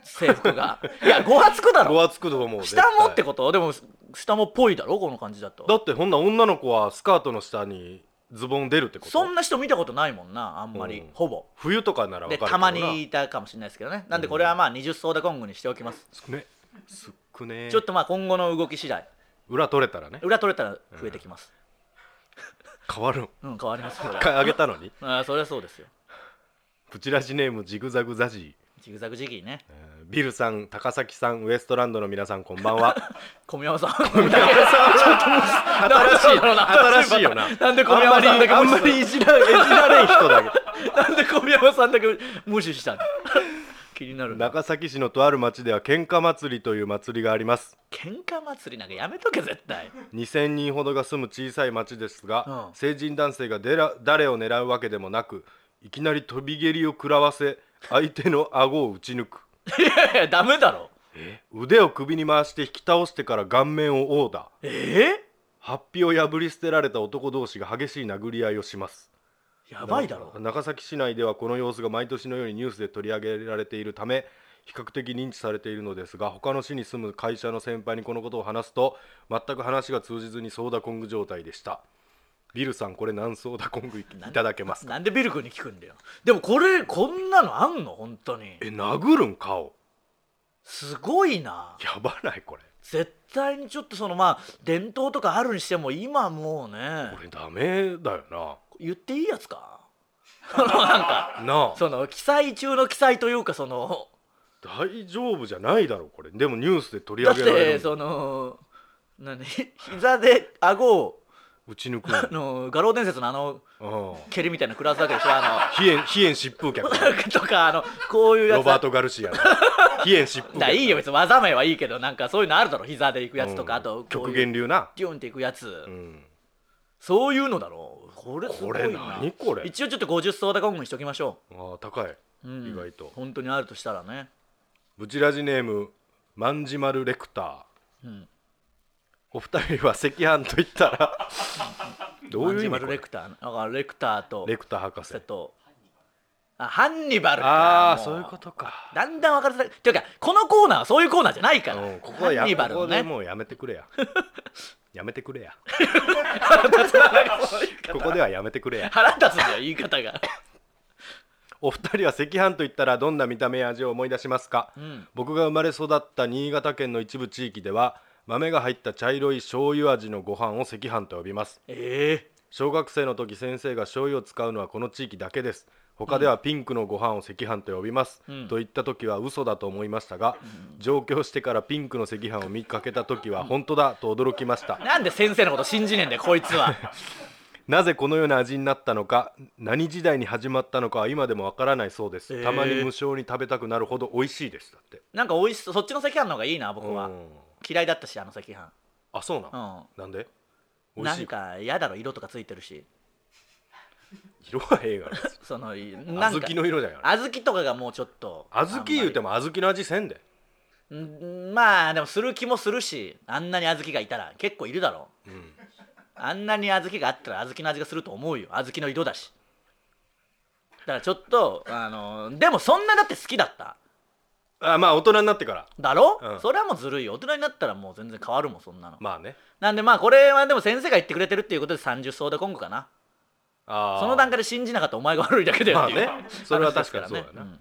Speaker 2: 制服がいやごわつくだ
Speaker 3: ご
Speaker 2: ろ
Speaker 3: わつくと思う
Speaker 2: 下もって
Speaker 3: こ
Speaker 2: ことでも下もっぽいだろこの感じだと
Speaker 3: だってほんな女の子はスカートの下にズボン出るってこと
Speaker 2: そんな人見たことないもんなあんまり、
Speaker 3: うん
Speaker 2: ほぼ
Speaker 3: 冬とかならわか
Speaker 2: で
Speaker 3: るけど
Speaker 2: たまにいたかもしれないですけどねなんでこれはまあ20ソーダコングにしておきます、
Speaker 3: 少ねすっくね
Speaker 2: ちょっとまあ今後の動き次第
Speaker 3: 裏取れたらね
Speaker 2: 裏取れたら増えてきます
Speaker 3: 変わるん
Speaker 2: うん、変わり ますそれ
Speaker 3: 一
Speaker 2: は
Speaker 3: 回あげたのに
Speaker 2: あーそれはそうですよ
Speaker 3: プチラジネームジグザグザジ
Speaker 2: ジグザグジギーね
Speaker 3: ー、えービルさん高崎さんウエストランドの皆さんこんば んは
Speaker 2: 小宮山さん
Speaker 3: 新しい新しいよな
Speaker 2: なんで小宮山さんだけ
Speaker 3: あんまりいじられいじられん人だけど
Speaker 2: なんで小宮山さんだけ無視したの 気になるな
Speaker 3: 長崎市のとある町では喧嘩祭りという祭りがあります
Speaker 2: 喧嘩祭りなんかやめとけ絶対
Speaker 3: 2000人ほどが住む小さい町ですが、
Speaker 2: うん
Speaker 3: 成人男性がでら誰を狙うわけでもなくいきなり飛び蹴りを食らわせ相手の顎を打ち抜く
Speaker 2: いやいやダメだろ
Speaker 3: 腕を首に回して引き倒してから顔面を殴打
Speaker 2: え
Speaker 3: ハッピを破り捨てられた男同士が激しい殴り合いをします
Speaker 2: ー、やばいだろ
Speaker 3: な長崎市内ではこの様子が毎年のようにニュースで取り上げられているため比較的認知されているのですが他の市に住む会社の先輩にこのことを話すと全く話が通じずにソーダコング状態でしたビルさんこれ何ソーダコングいいただ けますか
Speaker 2: なんでビル君に聞くんだよでもこれこんなのあんの本当に
Speaker 3: え殴るん顔
Speaker 2: すごいな
Speaker 3: やばないこれ
Speaker 2: 絶対にちょっとそのまあ伝統とかあるにしても今もうね
Speaker 3: これダメだよ
Speaker 2: 言っていいやつかあのなんか
Speaker 3: ななあ
Speaker 2: その記載中の記載というかその
Speaker 3: 大丈夫じゃないだろこれでもニュースで取り
Speaker 2: だっ
Speaker 3: 上げられる
Speaker 2: て
Speaker 3: んだ
Speaker 2: その何膝で顎を
Speaker 3: 打ち抜く
Speaker 2: あの画廊伝説のあの
Speaker 3: の、うん、
Speaker 2: 蹴りみたいなの食らすわけでしょあの
Speaker 3: 非縁非縁疾 風客
Speaker 2: とかあのこういうやつ
Speaker 3: ロバート・ガルシアの非縁疾
Speaker 2: だ
Speaker 3: 風 客
Speaker 2: からいいよ別に技名はいいけどなんかそういうのあるだろ膝で行くやつとか、
Speaker 3: うん
Speaker 2: あとこういう
Speaker 3: 極限流な、
Speaker 2: ギュンって行くやつ、
Speaker 3: うん、
Speaker 2: そういうのだろうこれす
Speaker 3: こ
Speaker 2: ごい
Speaker 3: れ
Speaker 2: な
Speaker 3: 何これ
Speaker 2: 一応ちょっと50ソーダコングにしときましょ、
Speaker 3: あー高いう
Speaker 2: うん、
Speaker 3: 意外と
Speaker 2: 本当にあるとしたらね
Speaker 3: ブチラジネームまんじまるレクター
Speaker 2: うん
Speaker 3: お二人は赤飯と言ったらどういう意
Speaker 2: マンジマル
Speaker 3: 味こ
Speaker 2: レ
Speaker 3: れ
Speaker 2: クターだからレクターと
Speaker 3: レクター博士
Speaker 2: ターとあハンニバルか
Speaker 3: ああ
Speaker 2: も
Speaker 3: そういうことか
Speaker 2: だんだん分かるていうかこのコーナーはそういうコーナーじゃないから
Speaker 3: うんここはや
Speaker 2: ハンニバル
Speaker 3: ここ
Speaker 2: の
Speaker 3: で
Speaker 2: ね
Speaker 3: もうやめて くれややめてくれやここではやめてくれや
Speaker 2: 腹立つんだよ言い方が
Speaker 3: お二人は赤飯と言ったらどんな見た目や味を思い出しますか、
Speaker 2: うん
Speaker 3: 僕が生まれ育った新潟県の一部地域では豆が入った茶色い醤油味のご飯を赤飯と呼びます
Speaker 2: え
Speaker 3: 小学生の時先生が醤油を使うのはこの地域だけです他ではピンクのご飯を赤飯と呼びます、
Speaker 2: うん
Speaker 3: と言った時は嘘だと思いましたが、上京してからピンクの赤飯を見かけた時は本当だと驚きました
Speaker 2: えなんで先生のこと信じねえんだよこいつ は
Speaker 3: なぜこのような味になったのか何時代に始まったのかは今でもわからないそうです、
Speaker 2: えー
Speaker 3: たまに無償に食べたくなるほど美味しいですだって
Speaker 2: なんかおいしそうそっちの赤飯の方がいいな僕は
Speaker 3: うん
Speaker 2: 嫌いだったしあの赤飯
Speaker 3: あそうな、
Speaker 2: うんん
Speaker 3: なんで美味
Speaker 2: な
Speaker 3: し
Speaker 2: ん
Speaker 3: い
Speaker 2: か嫌だろ色とかついてるし
Speaker 3: 色はええがな
Speaker 2: そのい なん
Speaker 3: 小
Speaker 2: か
Speaker 3: 豆の色だよな
Speaker 2: 小豆とかがもうちょっと
Speaker 3: 小豆言うても小豆の味せんで
Speaker 2: あんまりうんまあでもする気もするしあんなに小豆がいたら結構いるだろう、
Speaker 3: ん
Speaker 2: あんなに小豆があったら小豆の味がすると思うよ小豆の色だしだからちょっとあのでもそんなだって好きだった
Speaker 3: あまあ大人になってから
Speaker 2: だろ、
Speaker 3: うん
Speaker 2: それはもうずるいよ大人になったらもう全然変わるもんそんなの
Speaker 3: まあね
Speaker 2: なんでまあこれはでも先生が言ってくれてるっていうことで30層で今後かな
Speaker 3: あー
Speaker 2: その段階で信じなかったお前が悪いだけだよ
Speaker 3: ま
Speaker 2: って
Speaker 3: あ
Speaker 2: いう
Speaker 3: ねそれは確かに
Speaker 2: 話
Speaker 3: そう
Speaker 2: です
Speaker 3: だ
Speaker 2: ら
Speaker 3: な、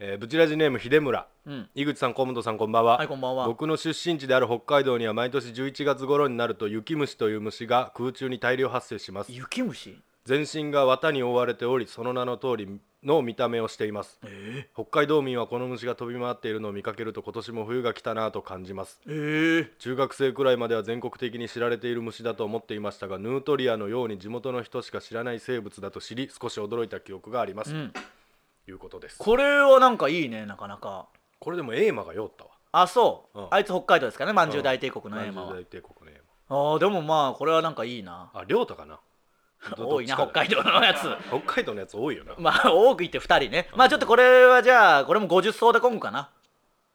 Speaker 3: えーブチラジネーム秀村
Speaker 2: うん、うん
Speaker 3: 井口さん河本さんこんばんは、
Speaker 2: はいこんばんは
Speaker 3: 僕の出身地である北海道には毎年11月頃になると雪虫という虫が空中に大量発生します
Speaker 2: 雪虫
Speaker 3: 全身が綿に覆われておりその名の通りの見た目をしています、北海道民はこの虫が飛び回っているのを見かけると今年も冬が来たなぁと感じます
Speaker 2: えー、
Speaker 3: 中学生くらいまでは全国的に知られている虫だと思っていましたがヌートリアのように地元の人しか知らない生物だと知り少し驚いた記憶があります、
Speaker 2: う
Speaker 3: と
Speaker 2: ん
Speaker 3: いうことですこ
Speaker 2: これはなんかいいねなかなか
Speaker 3: れでもエーマが酔ったわ
Speaker 2: あそう、
Speaker 3: うん
Speaker 2: あいつ北海道ですかねまんじゅう大帝国のエーマは、
Speaker 3: 南十大帝国のエー
Speaker 2: あーでもまあこれはなんかいいな
Speaker 3: マあ亮太かな ど
Speaker 2: 多いな
Speaker 3: どっ
Speaker 2: 北
Speaker 3: ちかだ
Speaker 2: 海道のやつ
Speaker 3: 北海道のやつ多いよな、
Speaker 2: まあ多くいって2人ねまあちょっとこれはじゃあこれも50層で今後かな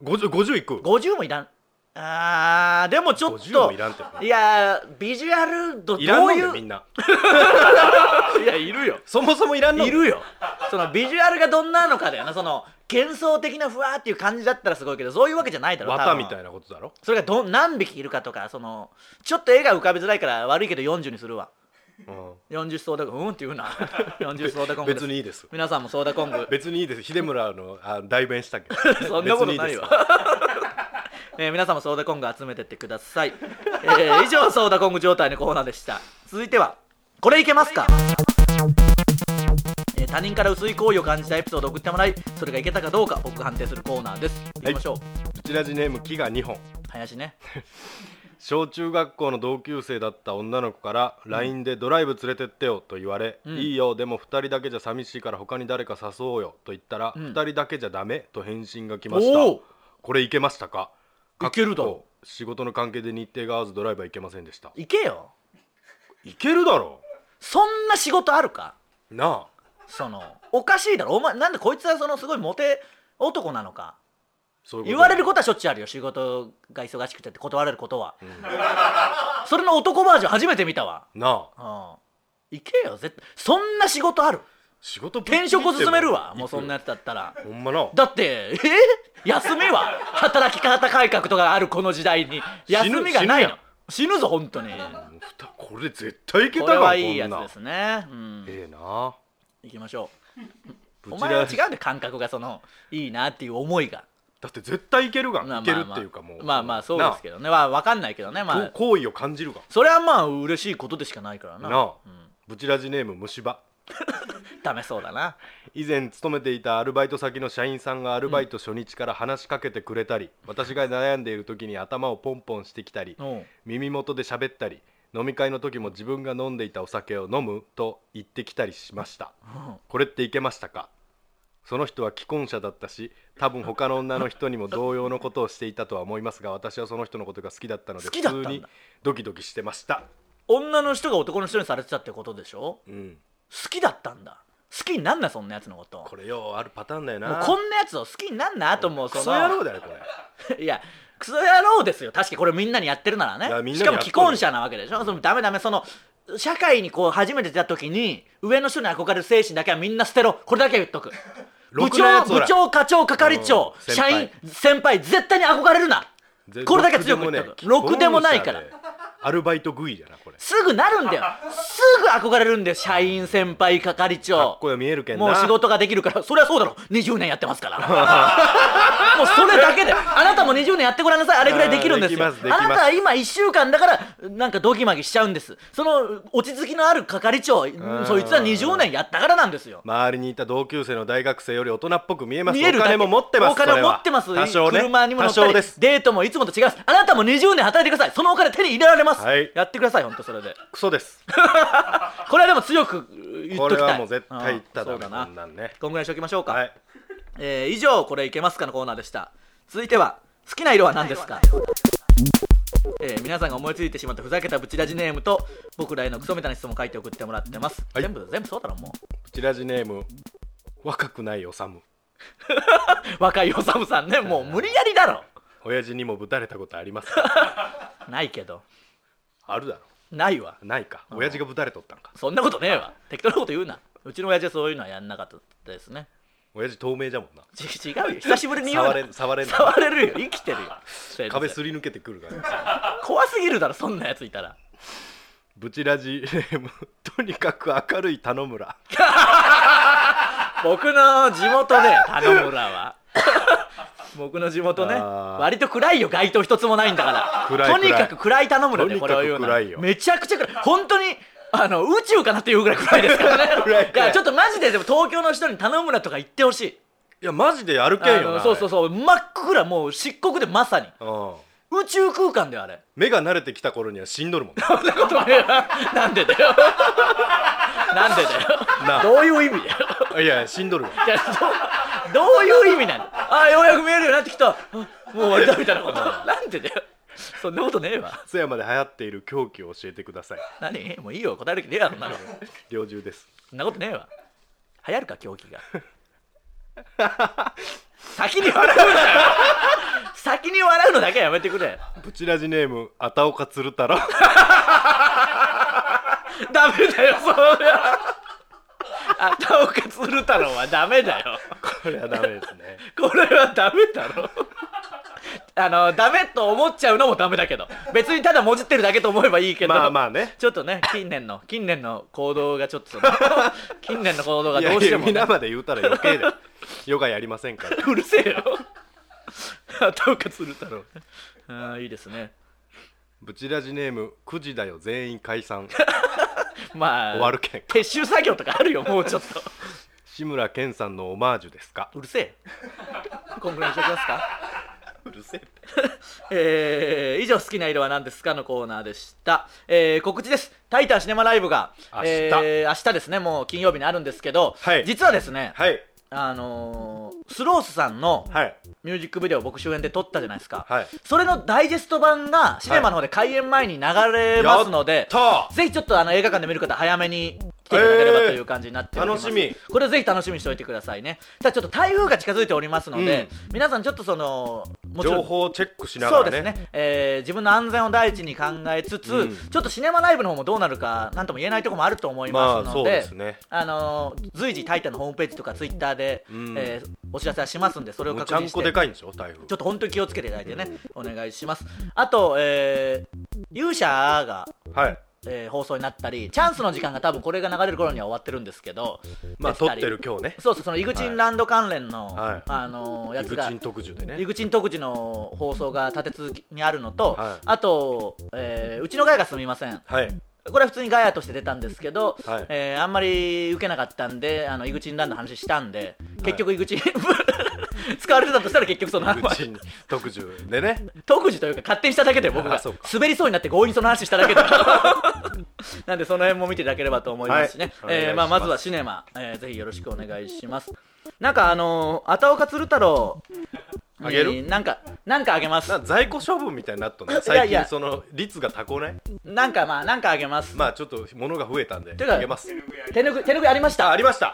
Speaker 3: 50, 50いく
Speaker 2: 50もいらんあーでもちょっ
Speaker 3: 50
Speaker 2: と
Speaker 3: もいらんって
Speaker 2: いやービジュアルどどう
Speaker 3: いらんの
Speaker 2: い
Speaker 3: ね
Speaker 2: う
Speaker 3: みんない
Speaker 2: や いるよ
Speaker 3: そもそもいらんの
Speaker 2: いるよそのビジュアルがどんなのかだよなその幻想的なふわーっていう感じだったらすごいけどそういうわけじゃないだろ
Speaker 3: 綿みた
Speaker 2: ない
Speaker 3: なことだろ
Speaker 2: それがど何匹いるかとかそのちょっと絵が浮かびづらいから悪いけど40にするわ40ソーダコングうんって言うな 40ソーダコングです
Speaker 3: 別にいいです
Speaker 2: 皆さんもソーダコング
Speaker 3: 別にいいです秀村のあ代弁したけど
Speaker 2: そんなことないわ ね、皆さんもソーダコング集めてってください、えー以上ソーダコング状態のコーナーでした続いてはこれいけますかえー他人から薄い行為を感じたエピソードを送ってもらいそれがいけたかどうか僕が判定するコーナーですいきましょう、
Speaker 3: うちラジネーム木が2本
Speaker 2: 林ね
Speaker 3: 小中学校の同級生だった女の子から LINE で「ドライブ連れてってよ」と言われ「
Speaker 2: うん
Speaker 3: いいよでも2人だけじゃ寂しいから他に誰か誘おうよ」と言ったら「
Speaker 2: うん
Speaker 3: 2人だけじゃダメ」と返信が来ました
Speaker 2: おお
Speaker 3: これいけましたか
Speaker 2: いけるだろ
Speaker 3: かっこ仕事の関係で日程が合わずドライブは行けませんでした
Speaker 2: いけよ
Speaker 3: いけるだろ
Speaker 2: そんな仕事あるか
Speaker 3: うなあ
Speaker 2: そのおかしいだろお前なんでこいつはそのすごいモテ男なのか
Speaker 3: そういうこと
Speaker 2: 言われることはしょっちゅうあるよ仕事が忙しくてって断られることは、それの男バージョン初めて見たわ
Speaker 3: なあ
Speaker 2: うん行けよ絶対そんな仕事ある
Speaker 3: 仕事ぶっちぎ
Speaker 2: 転
Speaker 3: って
Speaker 2: 職を勧めるわもうそんなや
Speaker 3: い
Speaker 2: つだったら
Speaker 3: くほんまな
Speaker 2: だってえ休みは働き方改革とかあるこの時代に休
Speaker 3: 死ぬ
Speaker 2: みがないの
Speaker 3: 死ぬやん
Speaker 2: 死ぬぞ本当に
Speaker 3: もうふたこれ絶対いけ
Speaker 2: こ
Speaker 3: たか
Speaker 2: れ
Speaker 3: も
Speaker 2: はいいやつ
Speaker 3: こんな
Speaker 2: で
Speaker 3: ん
Speaker 2: すねうん
Speaker 3: ええな
Speaker 2: 行きましょ
Speaker 3: ぶ
Speaker 2: うお
Speaker 3: ち
Speaker 2: 前は
Speaker 3: ラ
Speaker 2: 違うんだよ感覚がそのいいなっていう思いが
Speaker 3: だって絶対いけるがん、
Speaker 2: まあ
Speaker 3: い
Speaker 2: ま
Speaker 3: け
Speaker 2: あ
Speaker 3: る
Speaker 2: ま
Speaker 3: っ
Speaker 2: あ
Speaker 3: ていうかもう
Speaker 2: まあまあそうですけどねまあ分かんないけどねま
Speaker 3: なあ
Speaker 2: あ
Speaker 3: こ行為を感じるがん
Speaker 2: それはまあ嬉しいことでしかないからな
Speaker 3: なあ
Speaker 2: うん、
Speaker 3: ブチラジネーム虫歯
Speaker 2: ダメそうだな
Speaker 3: 以前勤めていたアルバイト先の社員さんがアルバイト初日から話しかけてくれたり、私が悩んでいる時に頭をポンポンしてきたり
Speaker 2: おう
Speaker 3: 耳元で喋ったり飲み会の時も自分が飲んでいたお酒を飲むと言ってきたりしました
Speaker 2: うん
Speaker 3: これっていけましたかその人は既婚者だったし多分他の女の人にも同様のことをしていたとは思いますが私はその人のことが好きだったので
Speaker 2: 好きだったん
Speaker 3: 普
Speaker 2: だ
Speaker 3: 通にドキドキしてました
Speaker 2: 女の人が男の人にされてたってことでしょ
Speaker 3: うん、
Speaker 2: 好きだったんだ好きになんなそんなやつのこと
Speaker 3: これようあるパターンだよな
Speaker 2: もうこんなやつを好きになんなと思うそ
Speaker 3: ク
Speaker 2: の
Speaker 3: ソ野郎だよこれ
Speaker 2: いやクソ野郎ですよ確かにこれみんなにやってるな
Speaker 3: いや
Speaker 2: らね
Speaker 3: みんなに
Speaker 2: しかも
Speaker 3: やっと
Speaker 2: 既
Speaker 3: るよ
Speaker 2: 婚者なわけでしょそのダメダメその社会にこう初めて出た時に上の人に憧れる精神だけはみんな捨てろこれだけは言っとく
Speaker 3: ろ
Speaker 2: 部
Speaker 3: くなや
Speaker 2: 長
Speaker 3: つお
Speaker 2: 部
Speaker 3: らん
Speaker 2: 長課長係長
Speaker 3: うん
Speaker 2: 社員
Speaker 3: 先
Speaker 2: 先輩絶対に憧れるな
Speaker 3: ぜ
Speaker 2: これだけは強く言っとくろくでもないから
Speaker 3: 既婚者でアルバイト食いだなこれ
Speaker 2: すぐなるん だよすぐ憧れるんだよ社員先輩係
Speaker 3: か
Speaker 2: 長
Speaker 3: っこよ見えるけんな
Speaker 2: もう仕事ができるからそりゃそうだろ20年やってます からもうそれだけであなたも20年やってごらんなさいあれぐらいできるんですよ
Speaker 3: あ
Speaker 2: あ
Speaker 3: ーできますできます
Speaker 2: なたは今1週間だからなんかドギマギしちゃうんですその落ち着きのある係長
Speaker 3: ん
Speaker 2: そいつは20年やったからなんですよ
Speaker 3: 周りにいた同級生の大学生より大人っぽく見えます
Speaker 2: 見える
Speaker 3: お
Speaker 2: だけ
Speaker 3: 金も持ってます
Speaker 2: お金持ってま
Speaker 3: そ
Speaker 2: す
Speaker 3: れは多少ね
Speaker 2: 車にも乗
Speaker 3: 多
Speaker 2: ったり
Speaker 3: 少です
Speaker 2: デートもいつもと違いますあなたも20年働いてくださいそのお金手に入れられます、
Speaker 3: はい
Speaker 2: やってください本当それで
Speaker 3: クソです
Speaker 2: これはでも強く言っ
Speaker 3: ことれ
Speaker 2: きたい
Speaker 3: はもう絶対言った
Speaker 2: うんそ
Speaker 3: だ
Speaker 2: うだ
Speaker 3: な
Speaker 2: な
Speaker 3: こんなんね
Speaker 2: こんぐらいにしときましょうか、
Speaker 3: はい
Speaker 2: えー以上これいけますかのコーナーでした続いては好きな色は何ですかえー皆さんが思いついてしまったふざけたブチラジネームと僕らへのクソみたいな質問書いて送ってもらってます、
Speaker 3: はい
Speaker 2: 全部全部そうだろも
Speaker 3: プチラジネーム若くないおさむ
Speaker 2: う若いおさむさ んねもう無理やりだろ
Speaker 3: 親父にもぶたれたことありますか
Speaker 2: ないけど
Speaker 3: あるだろ
Speaker 2: ないわ
Speaker 3: ないか親父がぶたれとったんか
Speaker 2: そんなことねえわ適当なこと言うなうちの親父はそういうのはやんなかったですね
Speaker 3: 親父透明じゃもんな
Speaker 2: ち違うよ久しぶりに言うな
Speaker 3: 触れん触れん
Speaker 2: 触れるよ生きてる よ
Speaker 3: 壁すり抜けてくるから
Speaker 2: 怖すぎるだろそんなやついたら
Speaker 3: ブチラジネ ームとにかく明るい田野村
Speaker 2: 僕の地元 で田野村は僕の地元ね
Speaker 3: あー
Speaker 2: 割と暗いよ街灯一つもないんだから
Speaker 3: 暗い
Speaker 2: とにかく暗い田野村
Speaker 3: と
Speaker 2: で
Speaker 3: にか
Speaker 2: こ
Speaker 3: く
Speaker 2: れを言うの
Speaker 3: 暗いよ
Speaker 2: めちゃくちゃ暗い本当にあの宇宙かなっていうぐらい暗いですからね
Speaker 3: 暗い暗い
Speaker 2: やちょっとマジででも東京の人に田野村とか言ってほしい
Speaker 3: いやマジでやるけん
Speaker 2: あ
Speaker 3: よ
Speaker 2: の
Speaker 3: な
Speaker 2: そうそうそう真っ暗もう漆黒でまさに
Speaker 3: うん
Speaker 2: 宇宙空間だよあれ
Speaker 3: 目が慣れてきた頃には死ん どるもん な
Speaker 2: そんなことねえわ なんでだよなんでだ
Speaker 3: なあ
Speaker 2: よどういう意味だよ
Speaker 3: いやいや死んどるわ
Speaker 2: いやそう どういう意味なのあようやく見えるようになってきたあもう終わりだみたいなこと なんでだよそんなことねえわ
Speaker 3: 津山で流行っている狂気を教えてください
Speaker 2: 何もういいよ答える気ねえやろなの
Speaker 3: 猟銃です
Speaker 2: そんなことねえわ流行るか狂気 が先に笑うなよ先に笑うのだけはやめてくれ
Speaker 3: ブチラジネームあたおか鶴太郎
Speaker 2: ダメだよそり ゃあたおか鶴太郎はダメだ よ
Speaker 3: これはダメですね
Speaker 2: これはダメだろあのダメと思っちゃうのもダメだけど別にただもじってるだけと思えばいいけど
Speaker 3: まあまあね
Speaker 2: ちょっとね近年の近年の行動がちょっ とその近年の行動が
Speaker 3: いや
Speaker 2: どう
Speaker 3: い
Speaker 2: して
Speaker 3: や
Speaker 2: も、ね、
Speaker 3: 皆まで言うたら余計だよヨガやりませんから
Speaker 2: うるせえよ頭かするだろうあーいいですね
Speaker 3: ブチラジネーム9時だよ全員解散
Speaker 2: まあ
Speaker 3: 終わるけん
Speaker 2: 撤収作業とかあるよもうちょっと
Speaker 3: 志村けんさんのオマージュですか
Speaker 2: うるせえこんぐらいにしときますか
Speaker 3: うるせえ
Speaker 2: えー以上好きな色は何ですかのコーナーでした、えー告知です「タイタンシネマライブが」
Speaker 3: 明日
Speaker 2: えー明日ですねもう金曜日にあるんですけど、
Speaker 3: はい
Speaker 2: 実はですね、
Speaker 3: はい
Speaker 2: あのースロースさんの
Speaker 3: はい
Speaker 2: ミュージックビデオを僕主演で撮ったじゃないですか、
Speaker 3: はい
Speaker 2: それのダイジェスト版がシネマの方で開演前に流れますので、
Speaker 3: た
Speaker 2: ぜひちょっとあの映画館で見る方早めに来ていただければ
Speaker 3: えー
Speaker 2: という感じになっております、
Speaker 3: 楽しみ
Speaker 2: これをぜひ楽しみにしておいてくださいねただちょっと台風が近づいておりますので、皆さんちょっとそのもちろん
Speaker 3: 情報をチェックしな
Speaker 2: そ
Speaker 3: が
Speaker 2: う
Speaker 3: ら
Speaker 2: です
Speaker 3: ね
Speaker 2: ね、えー自分の安全を第一に考えつつ、
Speaker 3: うん
Speaker 2: ちょっとシネマライブの方もどうなるかなんとも言えないところもあると思いま
Speaker 3: まあ
Speaker 2: す
Speaker 3: そ
Speaker 2: の
Speaker 3: う
Speaker 2: で,、
Speaker 3: ですね
Speaker 2: あのー随時「タイタン」のホームページとかツイッターで、
Speaker 3: うん
Speaker 2: えーお知らせはしますんでそれを
Speaker 3: む
Speaker 2: 確
Speaker 3: ちゃ
Speaker 2: 認
Speaker 3: ん
Speaker 2: して
Speaker 3: こでかいんでしょ台風
Speaker 2: ちょっと本当に気をつけていただいてね、お願いしますあと、えー勇者が、
Speaker 3: はい
Speaker 2: えー放送になったりチャンスの時間が多分これが流れる頃には終わってるんですけど
Speaker 3: まあ
Speaker 2: でき
Speaker 3: 撮
Speaker 2: た
Speaker 3: っ
Speaker 2: り
Speaker 3: てる今日ね
Speaker 2: そうそうそのイグチンランド関連の、
Speaker 3: はい
Speaker 2: あのーや
Speaker 3: イ
Speaker 2: つ
Speaker 3: グ
Speaker 2: が
Speaker 3: チン特需で
Speaker 2: 入
Speaker 3: ね
Speaker 2: り口特需の放送が立て続きにあるのと、
Speaker 3: はい
Speaker 2: あと、えーうちのガヤがすみません
Speaker 3: はい
Speaker 2: これは普通にガヤとして出たんですけど、
Speaker 3: はい
Speaker 2: えーあんまり受けなかったんであの井口にランの話したんで結局井口、 使われてたとしたら結局その
Speaker 3: イグチン特需でね
Speaker 2: 特需というか勝手にしただけで僕
Speaker 3: あ
Speaker 2: が
Speaker 3: そうか
Speaker 2: 滑りそうになって強引にその話しただけで なんでその辺も見ていただければと思いますしね、
Speaker 3: はい
Speaker 2: えー
Speaker 3: お願いします
Speaker 2: まあ、まずはシネマ、えーぜひよろしくお願いしますなんかあのー、あたおか鶴太郎
Speaker 3: あげる
Speaker 2: えーなんかなんかあげます
Speaker 3: な在庫処分みたいになっとんね
Speaker 2: いや
Speaker 3: 最
Speaker 2: いや
Speaker 3: 近その率が多くない
Speaker 2: なんかまあなんかあげます、
Speaker 3: まあちょっと物が増えたんで
Speaker 2: てか
Speaker 3: あげます
Speaker 2: 手ぬぐい手ぬぐいありまし
Speaker 3: あ
Speaker 2: た
Speaker 3: ありました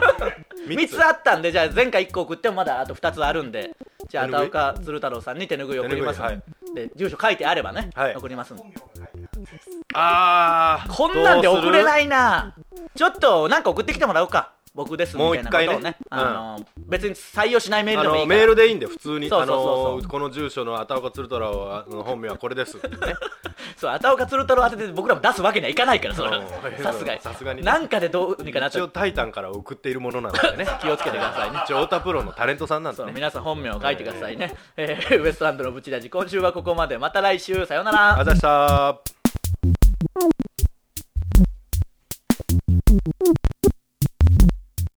Speaker 2: 3つあったんでじゃあ前回1個送ってもまだあと2つあるんでじゃあ
Speaker 3: 手拭
Speaker 2: 畑
Speaker 3: い
Speaker 2: 岡鶴太郎さんに手ぬぐい送ります、
Speaker 3: 手拭
Speaker 2: で住所書いてあればね、
Speaker 3: はい
Speaker 2: 送りますんで
Speaker 3: あー
Speaker 2: こんなんで送れないいなちょっとなんか送ってきてもらおうか僕ですみたいなことをね
Speaker 3: もう一回ね
Speaker 2: あの別に採用しないメー
Speaker 3: あ
Speaker 2: ルでもいい
Speaker 3: の
Speaker 2: から
Speaker 3: メールでいいんで普通に
Speaker 2: そうそうそうそう
Speaker 3: あのこの住所のあたおか鶴太郎はあの本名はこれですってね
Speaker 2: そう畑岡鶴太郎当てて僕らも出すわけにはいかないからそれは
Speaker 3: うん
Speaker 2: さすがに
Speaker 3: さすがに
Speaker 2: なんかでどうにかなっち
Speaker 3: 一
Speaker 2: ゃ
Speaker 3: 応
Speaker 2: う
Speaker 3: タイタンから送っているものなんでね
Speaker 2: 気をつけてくださいね
Speaker 3: 一応太田プロのタレントさんなんで
Speaker 2: そう
Speaker 3: ね
Speaker 2: 皆さん本名を書いてくださいね、えーウエストランドのブチラジ今週はここまでまた来週さようなら
Speaker 3: ありがとうございました